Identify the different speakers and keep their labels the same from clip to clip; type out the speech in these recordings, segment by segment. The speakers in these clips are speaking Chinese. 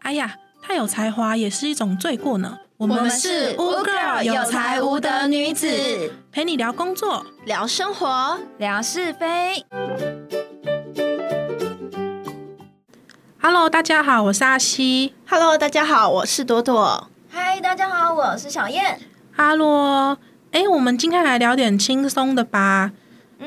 Speaker 1: 哎太有才华也是一种罪过呢。我
Speaker 2: 我们是 Wu Girl，有才无德女子，
Speaker 1: 陪你聊工作。
Speaker 2: 聊生活，
Speaker 3: 聊是非。
Speaker 1: Hello，大家好，我是阿西。
Speaker 2: Hello，大家好，我是朵朵。
Speaker 3: 嗨，大家好，我是小燕。
Speaker 1: 哈喽，哎，我们今天来聊点轻松的吧。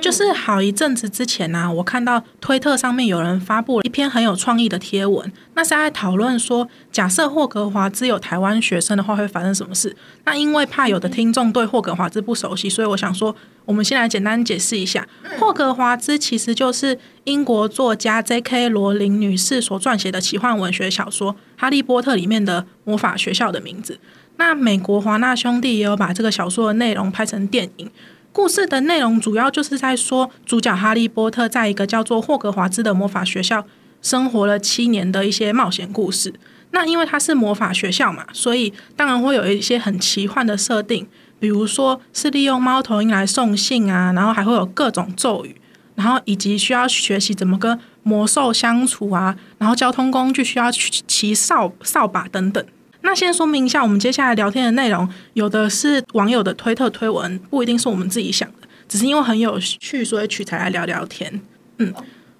Speaker 1: 就是好一阵子之前呢、啊我看到推特上面有人发布了一篇很有创意的贴文，那是在讨论说，假设霍格华兹有台湾学生的话，会发生什么事？那因为怕有的听众对霍格华兹不熟悉，所以我想说，我们先来简单解释一下，霍格华兹其实就是英国作家 J.K. 罗琳女士所撰写的奇幻文学小说《哈利波特》里面的魔法学校的名字。那美国华纳兄弟也有把这个小说的内容拍成电影，故事的内容主要就是在说，主角哈利波特在一个叫做霍格华兹的魔法学校生活了七年的一些冒险故事。那因为它是魔法学校嘛，所以当然会有一些很奇幻的设定，比如说是利用猫头鹰来送信啊，然后还会有各种咒语，然后以及需要学习怎么跟魔兽相处啊，然后交通工具需要去骑扫扫把等等。那先说明一下，我们接下来聊天的内容，有的是网友的推特推文，不一定是我们自己想的，只是因为很有趣，所以取材来聊聊天。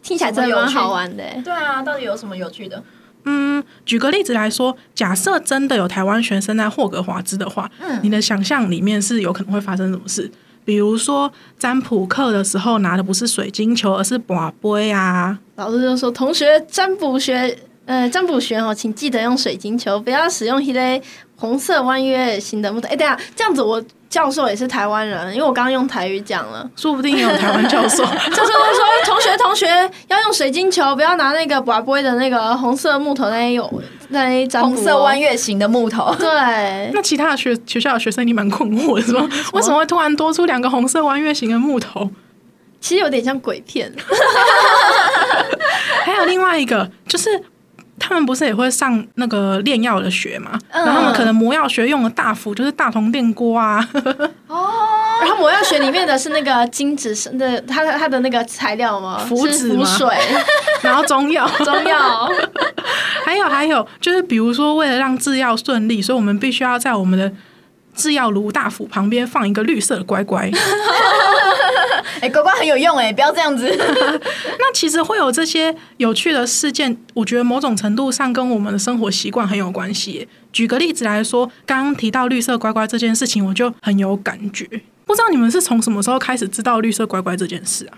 Speaker 2: 听起来真的蛮好玩的欸，
Speaker 3: 对啊，到底有什么有趣的？
Speaker 1: 嗯，举个例子来说，假设真的有台湾学生在霍格华兹的话，你的想象里面是有可能会发生什么事？比如说占卜课的时候拿的不是水晶球，而是宝杯啊，
Speaker 2: 老师就说：“同学，占卜学，呃，占卜学哦，请记得用水晶球，不要使用一类红色弯月形的木头。”哎，等一下，这样子我教授也是台湾人，因为我刚刚用台语讲了。
Speaker 1: 说不定也有台湾教授。
Speaker 2: 教授会说：“同学，同学，要用水晶球，不要拿那个瓦波的那个红色木头那一有那一占卜、
Speaker 3: 红色弯。月形的木头”，
Speaker 2: 对，
Speaker 1: 那其他的学学校的学生，你蛮困惑的，说为什么会突然多出两个红色弯月形的木头？
Speaker 2: 其实有点像鬼片。
Speaker 1: 还有另外一个就是。他们不是也会上那个炼药的学嘛？然后他们可能魔药学用的大斧就是大铜电锅啊，
Speaker 2: 然后魔药学里面的是那个金子是那它的它的那个材料吗？
Speaker 1: 符纸
Speaker 2: 是符
Speaker 1: 吗
Speaker 2: 水、
Speaker 1: 然后中药，
Speaker 2: 中药。
Speaker 1: 还有还有就是比如说为了让制药顺利，所以我们必须要在我们的制药炉大斧旁边放一个绿色的乖乖。
Speaker 3: 哎、呱呱很有用哎、不要这样子。
Speaker 1: 那其实会有这些有趣的事件，我觉得某种程度上跟我们的生活习惯很有关系耶。举个例子来说，刚刚提到绿色乖乖这件事情，我就很有感觉。不知道你们是从什么时候开始知道绿色乖乖这件事啊？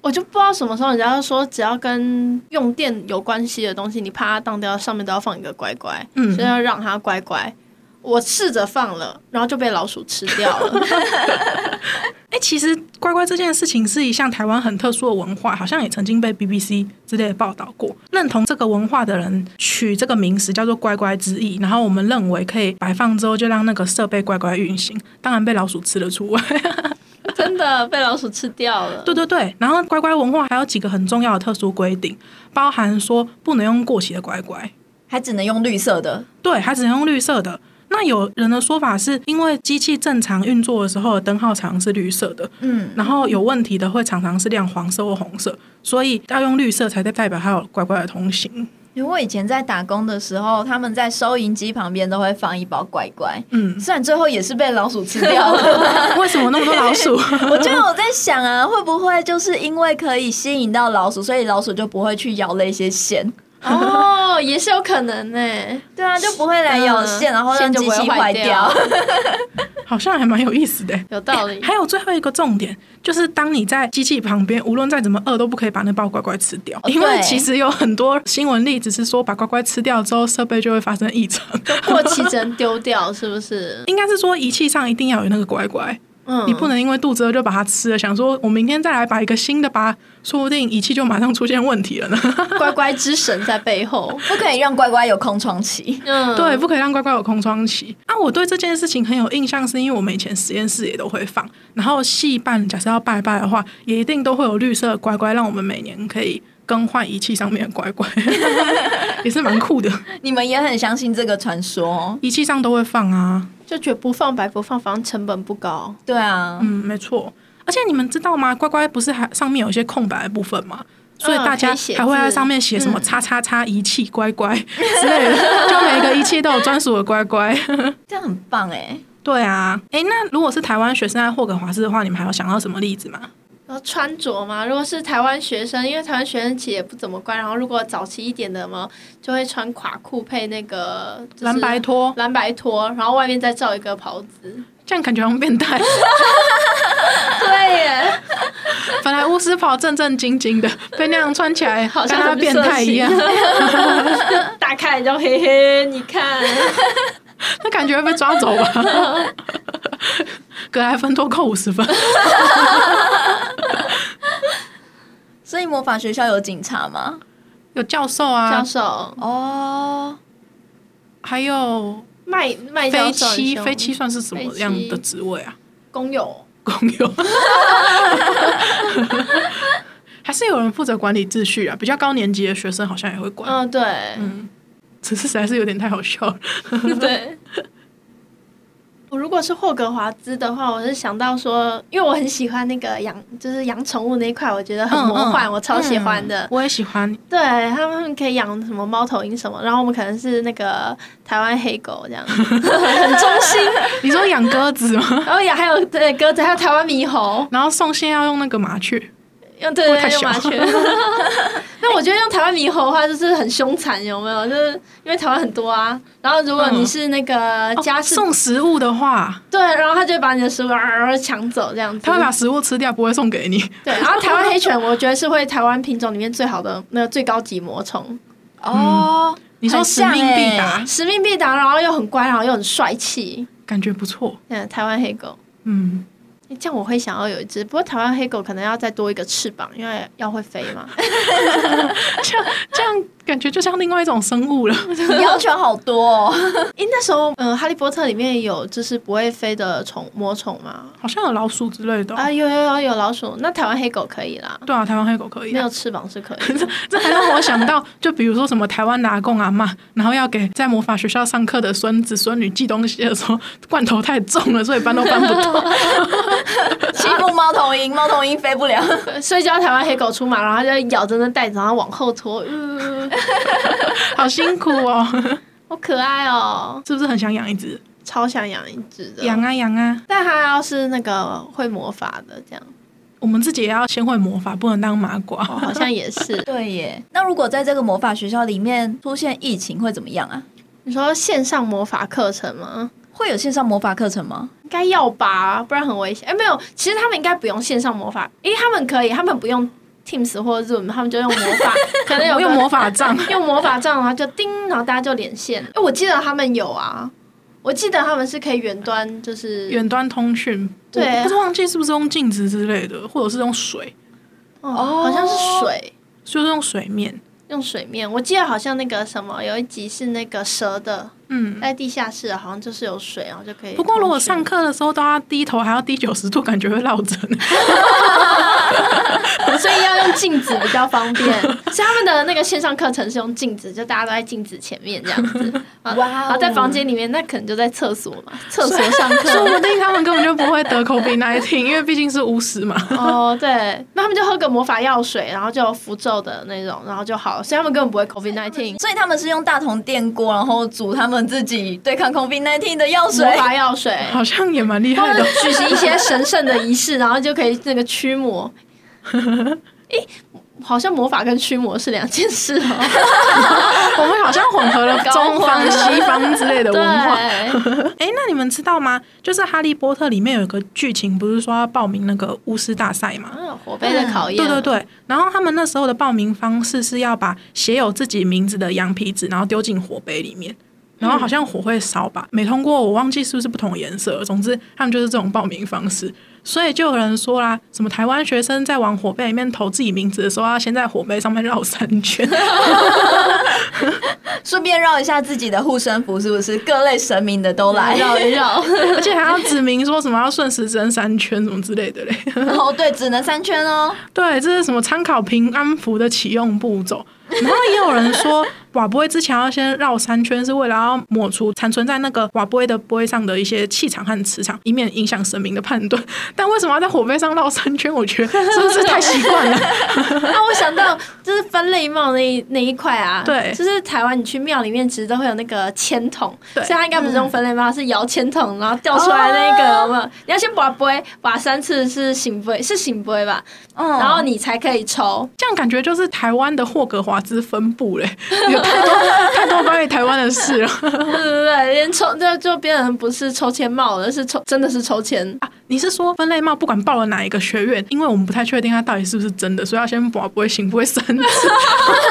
Speaker 2: 我就不知道什么时候人家说只要跟用电有关系的东西，你怕它当掉，上面都要放一个乖乖，
Speaker 1: 嗯
Speaker 2: 所以要让它乖乖。我试着放了，然后就被老鼠吃 掉了。
Speaker 1: 哎、其实乖乖这件事情是一项台湾很特殊的文化，好像也曾经被 BBC 之类的报道过。认同这个文化的人取这个名词叫做“乖乖之翼”，然后我们认为可以摆放之后就让那个设备乖乖运行，当然被老鼠吃了除外。
Speaker 2: 真的被老鼠吃掉了。
Speaker 1: 对对对，然后乖乖文化还有几个很重要的特殊规定，包含说不能用过期的乖乖，
Speaker 3: 还只能用绿色的，
Speaker 1: 对，它只能用绿色的。那有人的说法是因为机器正常运作的时候，灯号常常是绿色的，
Speaker 3: 嗯，
Speaker 1: 然后有问题的会常常是亮黄色或红色，所以要用绿色才代表它有乖乖的通行。
Speaker 3: 因为我以前在打工的时候，他们在收银机旁边都会放一包乖乖，
Speaker 1: 嗯，
Speaker 3: 虽然最后也是被老鼠吃掉 了。
Speaker 1: 为什么那么多老鼠？
Speaker 3: 我就有在想啊，会不会就是因为可以吸引到老鼠，所以老鼠就不会去咬那些线？
Speaker 2: 哦，也是有可能呢、
Speaker 3: 对啊，就不会来咬线，
Speaker 2: 嗯
Speaker 3: 然后让
Speaker 2: 线就
Speaker 3: 机
Speaker 2: 不会
Speaker 3: 器
Speaker 2: 坏
Speaker 3: 掉。
Speaker 1: 好像还蛮有意思的。
Speaker 2: 有道 理。
Speaker 1: 还有最后一个重点，就是当你在机器旁边，无论再怎么饿，都不可以把那包乖乖吃掉，
Speaker 3: 哦
Speaker 1: 因为
Speaker 3: 对
Speaker 1: 其实有很多新闻例子是说，把乖乖吃掉之后，设备就会发生异常。
Speaker 2: 过期只能丢掉，是不是？
Speaker 1: 应该是说仪器上一定要有那个乖乖，
Speaker 2: 嗯，
Speaker 1: 你不能因为肚子饿就把它吃了，想说我明天再来把一个新的吧，说不定仪器就马上出现问题了呢。
Speaker 2: 乖乖之神在背后。
Speaker 3: 不可以让乖乖有空窗期。
Speaker 2: 嗯，
Speaker 1: 对，不可以让乖乖有空窗期。啊，我对这件事情很有印象，是因为我们以前实验室也都会放，然后戏办假设要拜拜的话，也一定都会有绿色的乖乖，让我们每年可以更换仪器上面的乖 乖，也是蛮酷的。
Speaker 3: 你们也很相信这个传说哦？
Speaker 1: 仪器上都会放啊，
Speaker 2: 就觉得不放白不放，反正成本不高。
Speaker 3: 对啊，
Speaker 1: 嗯，没错。而且你们知道吗？乖乖不是还上面有一些空白的部分吗？所以大
Speaker 2: 啊可
Speaker 1: 家
Speaker 2: 以嗯写
Speaker 1: 还会在
Speaker 2: 字
Speaker 1: 上面写什么“叉叉叉仪器乖乖”之类的，就每一个仪器都有专属的乖乖。
Speaker 3: 这样很棒哎。
Speaker 1: 对啊，诶，那如果是台湾学生在霍格华兹的话，你们还有想到什么例子吗？
Speaker 2: 然后穿着嘛，如果是台湾学生，因为台湾学生其实也不怎么乖，然后如果早期一点的嘛，就会穿垮裤配那个、就是
Speaker 1: 蓝白拖，
Speaker 2: 蓝白拖，然后外面再罩一个袍子。
Speaker 1: 这样感觉好像变 态。
Speaker 3: 对耶，
Speaker 1: 本来巫师袍正正经经 的，被那样穿起来，
Speaker 2: 好像
Speaker 1: 跟他
Speaker 2: 很
Speaker 1: 变
Speaker 2: 色
Speaker 1: 态一
Speaker 2: 情
Speaker 1: 样，
Speaker 2: 打开就嘿嘿，你看，
Speaker 1: 那感觉会被抓走吧？格莱芬多扣五 十分。
Speaker 3: 所以魔法学校有警察吗？
Speaker 1: 有教授啊
Speaker 2: 教，授
Speaker 3: 哦，
Speaker 1: 还有
Speaker 2: 麦麦哎教
Speaker 1: 飞
Speaker 2: 授很
Speaker 1: 机，
Speaker 2: 凶
Speaker 1: 飞机算是什么样的职位啊？
Speaker 2: 工友，
Speaker 1: 工友， 还是有人负责管理秩序啊？比较高年级的学生好像也会管，
Speaker 2: 嗯，对，
Speaker 1: 只是实在是有点太好笑了。
Speaker 2: 对。我如果是霍格华兹的话，我是想到说，因为我很喜欢那个养，就是养宠物那一块，我觉得很魔
Speaker 1: 嗯
Speaker 2: 幻，
Speaker 1: 嗯
Speaker 2: 我超喜欢的。
Speaker 1: 我也喜欢，
Speaker 2: 对他们可以养什么猫头鹰什么，然后我们可能是那个台湾黑 狗这样，
Speaker 3: 很忠心，
Speaker 1: 你说养鸽子 吗？
Speaker 2: 然后也还有对鸽子，还有台湾猕猴，
Speaker 1: 然后送信要用那个麻雀，
Speaker 2: 用对
Speaker 1: 会不会太
Speaker 2: 对用
Speaker 1: 小
Speaker 2: 麻雀。 那我觉得用台湾猕猴的话，就是很凶残，有没有？就是因为台湾很多啊。然后如果你是那个家
Speaker 1: 哦
Speaker 2: 是、
Speaker 1: 送食物的话，
Speaker 2: 对，然后他就会把你的食物啊抢走这样子。
Speaker 1: 他会把食物吃掉，不会送给你。
Speaker 2: 对，然 后台湾黑犬，我觉得是会台湾品种里面最好的那个最高级魔虫，
Speaker 3: 哦，
Speaker 1: 你说
Speaker 3: 很
Speaker 1: 使
Speaker 3: 像
Speaker 1: 命必达
Speaker 3: 欸，
Speaker 2: 使命必达，然后又很乖，然后又很帅气。
Speaker 1: 感觉不错。
Speaker 2: 嗯，台湾黑狗，
Speaker 1: 嗯，
Speaker 2: 这样我会想要有一只，不过台湾黑狗可能要再多一个翅膀，因为要会飞嘛。
Speaker 1: 这样这样感觉就像另外一种生物 了。
Speaker 3: 你要求好多哦。
Speaker 2: 因为那时候，嗯，《哈利波特》里面有就是不会飞的虫魔虫嘛，
Speaker 1: 好像有老鼠之类的哦、
Speaker 2: 啊，有有有有老鼠，那台湾黑狗可以啦，
Speaker 1: 对啊，台湾黑狗可以、
Speaker 2: 没
Speaker 1: 啊
Speaker 2: 有。翅膀是可以的。
Speaker 1: 这还让我想到，就比如说什么台湾拿贡阿嬷，然后要给在魔法学校上课的孙子孙女寄东西的时候，罐头太重了，所以搬都 搬不动。
Speaker 3: 欺负猫头鹰，猫头鹰飞不了。。
Speaker 2: 所以叫台湾黑狗出马，然后它就咬着那袋子，然后往后拖，嗯，
Speaker 1: 好辛苦哦，
Speaker 2: 好可爱哦，
Speaker 1: 是不是很想养一只？
Speaker 2: 超想养一只的。
Speaker 1: 养啊养啊！
Speaker 2: 但它要是那个会魔法的，这样
Speaker 1: 我们自己也要先会魔法，不能当麻瓜。
Speaker 2: 哦，好像也是
Speaker 3: 对耶，那如果在这个魔法学校里面出现疫情会怎么样啊？
Speaker 2: 你说线上魔法课程吗？
Speaker 3: 会有线上魔法课程吗？
Speaker 2: 应该要吧，不然很危险。哎，没有，其实他们应该不用线上魔法，因为他们可以，他们不用 Teams 或 Zoom，他们就用魔 法，可能有个
Speaker 1: 用魔法杖，
Speaker 2: 用魔法杖，然后就叮，然后大家就连线。哎，我记得他们有啊，我记得他们是可以远端，就 是
Speaker 1: 远端通讯，
Speaker 2: 对啊
Speaker 1: 我不是忘记是不是用镜子之类的，或者是用水，
Speaker 2: 哦，好像是水。
Speaker 1: 就是用水面。
Speaker 2: 用水面，我记得好像那个什么，有一集是那个蛇的，
Speaker 1: 嗯，
Speaker 2: 在地下室，好像就是有水，然后就可以通讯。
Speaker 1: 不过如果上课的时候都要低头，还要低九十度，感觉会落 枕。
Speaker 2: 所以要用镜子比较方便。 所以他们的那个线上课程是用镜子，就大家都在镜子前面这样子。啊
Speaker 3: 哇哦
Speaker 2: 然后在房间里面，那可能就在厕所 嘛，厕所上
Speaker 1: 说不
Speaker 2: 课。
Speaker 1: 定他们根本就不会得 COVID 19，因为毕竟是巫师嘛。
Speaker 2: 哦，对，那他们就喝个魔法药水，然后就有符咒的那种，然后就好了。所以他们根本不会 COVID nineteen
Speaker 3: 所以他们是用大铜电锅，然后煮他们自己对抗 COVID-19 的药水
Speaker 2: 魔。法药水，
Speaker 1: 好像也蛮厉
Speaker 2: 他
Speaker 1: 害的
Speaker 2: 们。举行一些神圣的仪式，然后就可以那个驱魔。诶，好像魔法跟驱魔是两件事哦。
Speaker 1: 我们好像混合了中方、西方之类的
Speaker 2: 对，
Speaker 1: 文化。哎、那你们知道吗？就是《哈利波特》里面有一个剧情，不是说要报名那个巫师大赛吗？
Speaker 2: 嗯，火杯的考验。
Speaker 1: 对对对，然后他们那时候的报名方式是要把写有自己名字的羊皮纸，然后丢进火杯里面，然后好像火会烧吧。每通过我忘记是不是不同颜色了，总之他们就是这种报名方式。所以就有人说啦，什么台湾学生在往火杯里面投自己名字的时候，要先在火杯上面绕三圈。
Speaker 3: 顺便绕一下自己的护身符，是不是？各类神明的都来。
Speaker 2: 绕一绕。
Speaker 1: 而且还要指明说什么要顺时针三圈什么之类的嘞。
Speaker 2: 嗯
Speaker 3: 哦，对，只能三圈哦。
Speaker 1: 对，这是什么参考平安符的启用步骤。然后也有人说，瓦波之前要先绕三圈，是为了要抹除残存在那个瓦波的波上的一些气场和磁场，以免影响神明的判断。但为什么要在火杯上绕三圈？我觉得 真的是太习惯了。
Speaker 2: 啊，我想到就是分类帽那一那一块啊，
Speaker 1: 对
Speaker 2: 就是台湾你去庙里面其实都会有那个签筒，
Speaker 1: 对嗯
Speaker 2: 所以它应该不是用分类帽，它是摇签筒，然后掉出来那
Speaker 1: 哦
Speaker 2: 个有没有？你要先把杯，把三次是醒杯，是醒杯吧，
Speaker 3: 嗯，
Speaker 1: 哦
Speaker 2: 然后你才可 以抽。
Speaker 1: 这样感觉就是台湾的霍格华兹分布嘞，有太多太多关于台湾的事了。
Speaker 2: 对对对，连抽就就变成不是抽签帽了，是抽真的是抽签。
Speaker 1: 啊，你是说分类帽不管报了哪一个学院，因为我们不太确定它到底是不是真的，所以要先保不会行不会三次，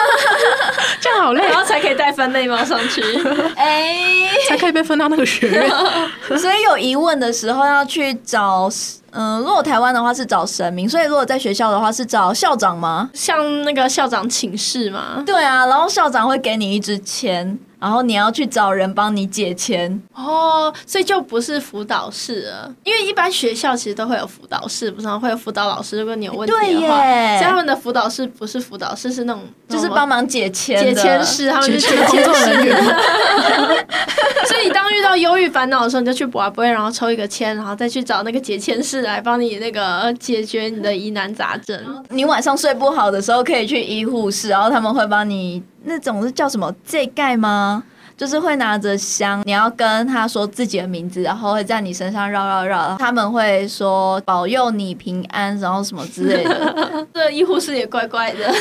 Speaker 1: 这样好累
Speaker 2: 然，后才可以带分类帽上去，
Speaker 3: 哎、
Speaker 1: 才可以被分到那个学院。
Speaker 3: 所以有疑问的时候要去找，嗯、如果台湾的话是找神明，所以如果在学校的话是找校长吗？
Speaker 2: 像那个校长请示嘛。
Speaker 3: 对啊，然后校长会给你一支签，然后你要去找人帮你解签。
Speaker 2: 哦，所以就不是辅导室了，因为一般学校其实都会有辅导室，不是吗会有辅导老师，如果你有问
Speaker 3: 对
Speaker 2: 题的
Speaker 3: 耶
Speaker 2: 话，所以他们的辅导室不是辅导室，是那种
Speaker 3: 就是帮忙解签
Speaker 2: 嗯解
Speaker 3: 的，
Speaker 2: 签室，他们就
Speaker 1: 解
Speaker 2: 解
Speaker 1: 签工
Speaker 2: 签
Speaker 1: 作
Speaker 2: 室。
Speaker 1: 人员，
Speaker 2: 所以你当遇到忧郁烦恼的时候，你就去卜杯，然后抽一个签，然后再去找那个解签室来帮你那个呃解决你的疑难杂症。
Speaker 3: 你晚上睡不好的时候可以去医护室，然后他们会帮你那种是叫什么这盖吗？就是会拿着香，你要跟他说自己的名字，然后会在你身上绕绕绕，他们会说保佑你平安，然后什么之类的。
Speaker 2: 这医护室也怪怪的，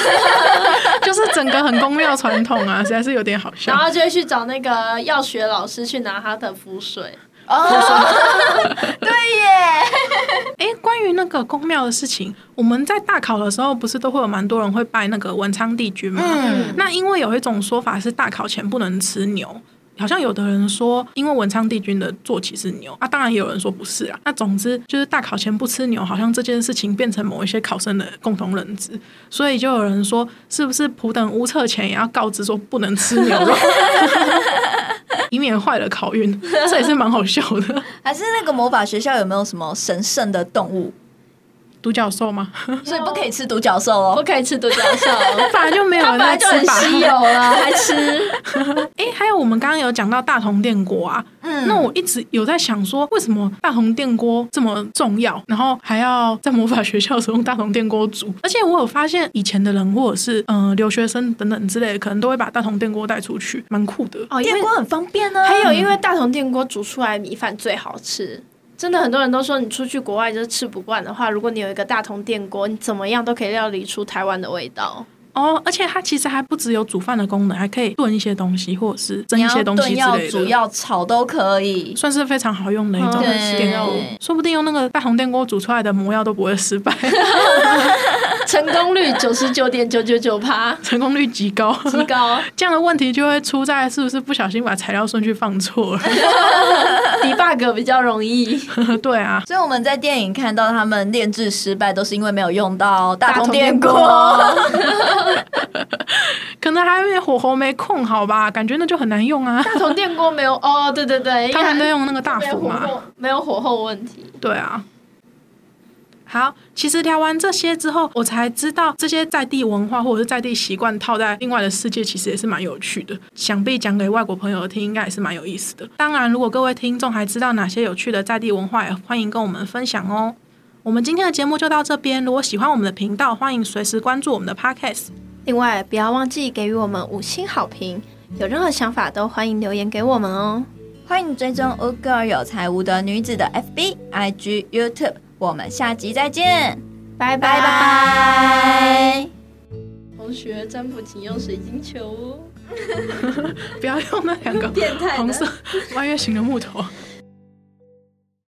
Speaker 1: 就是整个很宫庙传统啊，实在是有点好
Speaker 2: 然
Speaker 1: 笑。
Speaker 2: 后就会去找那个药学老师去拿他的符水。
Speaker 3: 哦，对耶，
Speaker 1: 哎，关于那个宫庙的事情，我们在大考的时候不是都会有蛮多人会拜那个文昌帝君吗？
Speaker 3: 嗯
Speaker 1: 那因为有一种说法是大考前不能吃牛，好像有的人说，因为文昌帝君的坐骑是牛啊，当然也有人说不是啊。那总之就是大考前不吃牛，好像这件事情变成某一些考生的共同认知，所以就有人说，是不是普等无策前也要告知说不能吃牛肉，以免坏了考运，这也是蛮好笑的。
Speaker 3: 还是那个魔法学校有没有什么神圣的动物？
Speaker 1: 独角兽吗？
Speaker 3: 所以不可以吃独角兽
Speaker 2: 不
Speaker 3: 哦。
Speaker 2: 可以吃独角兽，
Speaker 1: 本来就没有
Speaker 2: 它
Speaker 1: 人
Speaker 2: 本
Speaker 1: 在
Speaker 2: 来就
Speaker 1: 吃
Speaker 2: 很
Speaker 1: 吧。
Speaker 2: 稀有 了，还吃。
Speaker 1: 哎、还有我们刚刚有讲到大同电锅啊，
Speaker 3: 嗯
Speaker 1: 那我一直有在想说，为什么大同电锅这么重要，然后还要在魔法学校使用大同电锅煮？而且我有发现，以前的人或者是嗯、呃留学生等等之类的，可能都会把大同电锅带出去，蛮酷的。
Speaker 2: 哦，因
Speaker 3: 电
Speaker 2: 为
Speaker 3: 锅很方便呢、
Speaker 2: 还有因为大同电锅煮出来的米饭最好吃。真的很多人都说，你出去国外就是吃不惯的话，如果你有一个大同电锅，你怎么样都可以料理出台湾的味 道。
Speaker 1: 哦，而且它其实还不只有煮饭的功能，还可以炖一些东西，或者是蒸一些东西
Speaker 3: 你
Speaker 1: 之
Speaker 3: 要
Speaker 1: 类
Speaker 3: 炖要煮
Speaker 1: 的。
Speaker 3: 要炒都可以。
Speaker 1: 算是非常好用的一种
Speaker 2: 嗯
Speaker 3: 对
Speaker 1: 电锅，说不定用那个大红电锅煮出来的魔药都不会 失败，
Speaker 2: 成功率九十九点九九九趴，
Speaker 1: 成功率极高。
Speaker 2: 极高，
Speaker 1: 这样的问题就会出在是不是不小心把材料顺序放错了？
Speaker 2: debug 比较容易。
Speaker 1: 对啊，
Speaker 3: 所以我们在电影看到他们炼制失败，都是因为没有用到大
Speaker 2: 大
Speaker 3: 同
Speaker 2: 同
Speaker 3: 电锅。
Speaker 1: 可能还有点火候没控好吧，感觉那就很难用啊。
Speaker 2: 大同电锅没有哦，对对对，
Speaker 1: 他们都
Speaker 2: 没有
Speaker 1: 用那个大
Speaker 2: 没有
Speaker 1: 釜
Speaker 2: 火
Speaker 1: 嘛，
Speaker 2: 候，没有火候问题。
Speaker 1: 对啊。好，其实聊完这些之后，我才知道这些在地文化或者是在地习惯套在另外的世界，其实也是蛮有趣的。想必讲给外国朋友听，应该也是蛮有意思的。当然，如果各位听众还知道哪些有趣的在地文化，也欢迎跟我们分享哦。我们今天的节目就到这边。如果喜欢我们的频道，欢迎随时关注我们的 Podcast。
Speaker 2: 另外，不要忘记给予我们五星好评，有任何想法都欢迎留言给我们哦。
Speaker 3: 欢迎追踪 o Girl 有才无德女子的 FB、IG、YouTube。我们下集再见，
Speaker 2: 拜
Speaker 3: 拜
Speaker 2: 拜
Speaker 3: 拜。
Speaker 2: 同学，占卜请用水晶球哦。
Speaker 1: 不要用那两个
Speaker 2: 变态的
Speaker 1: 红色弯月形的木头。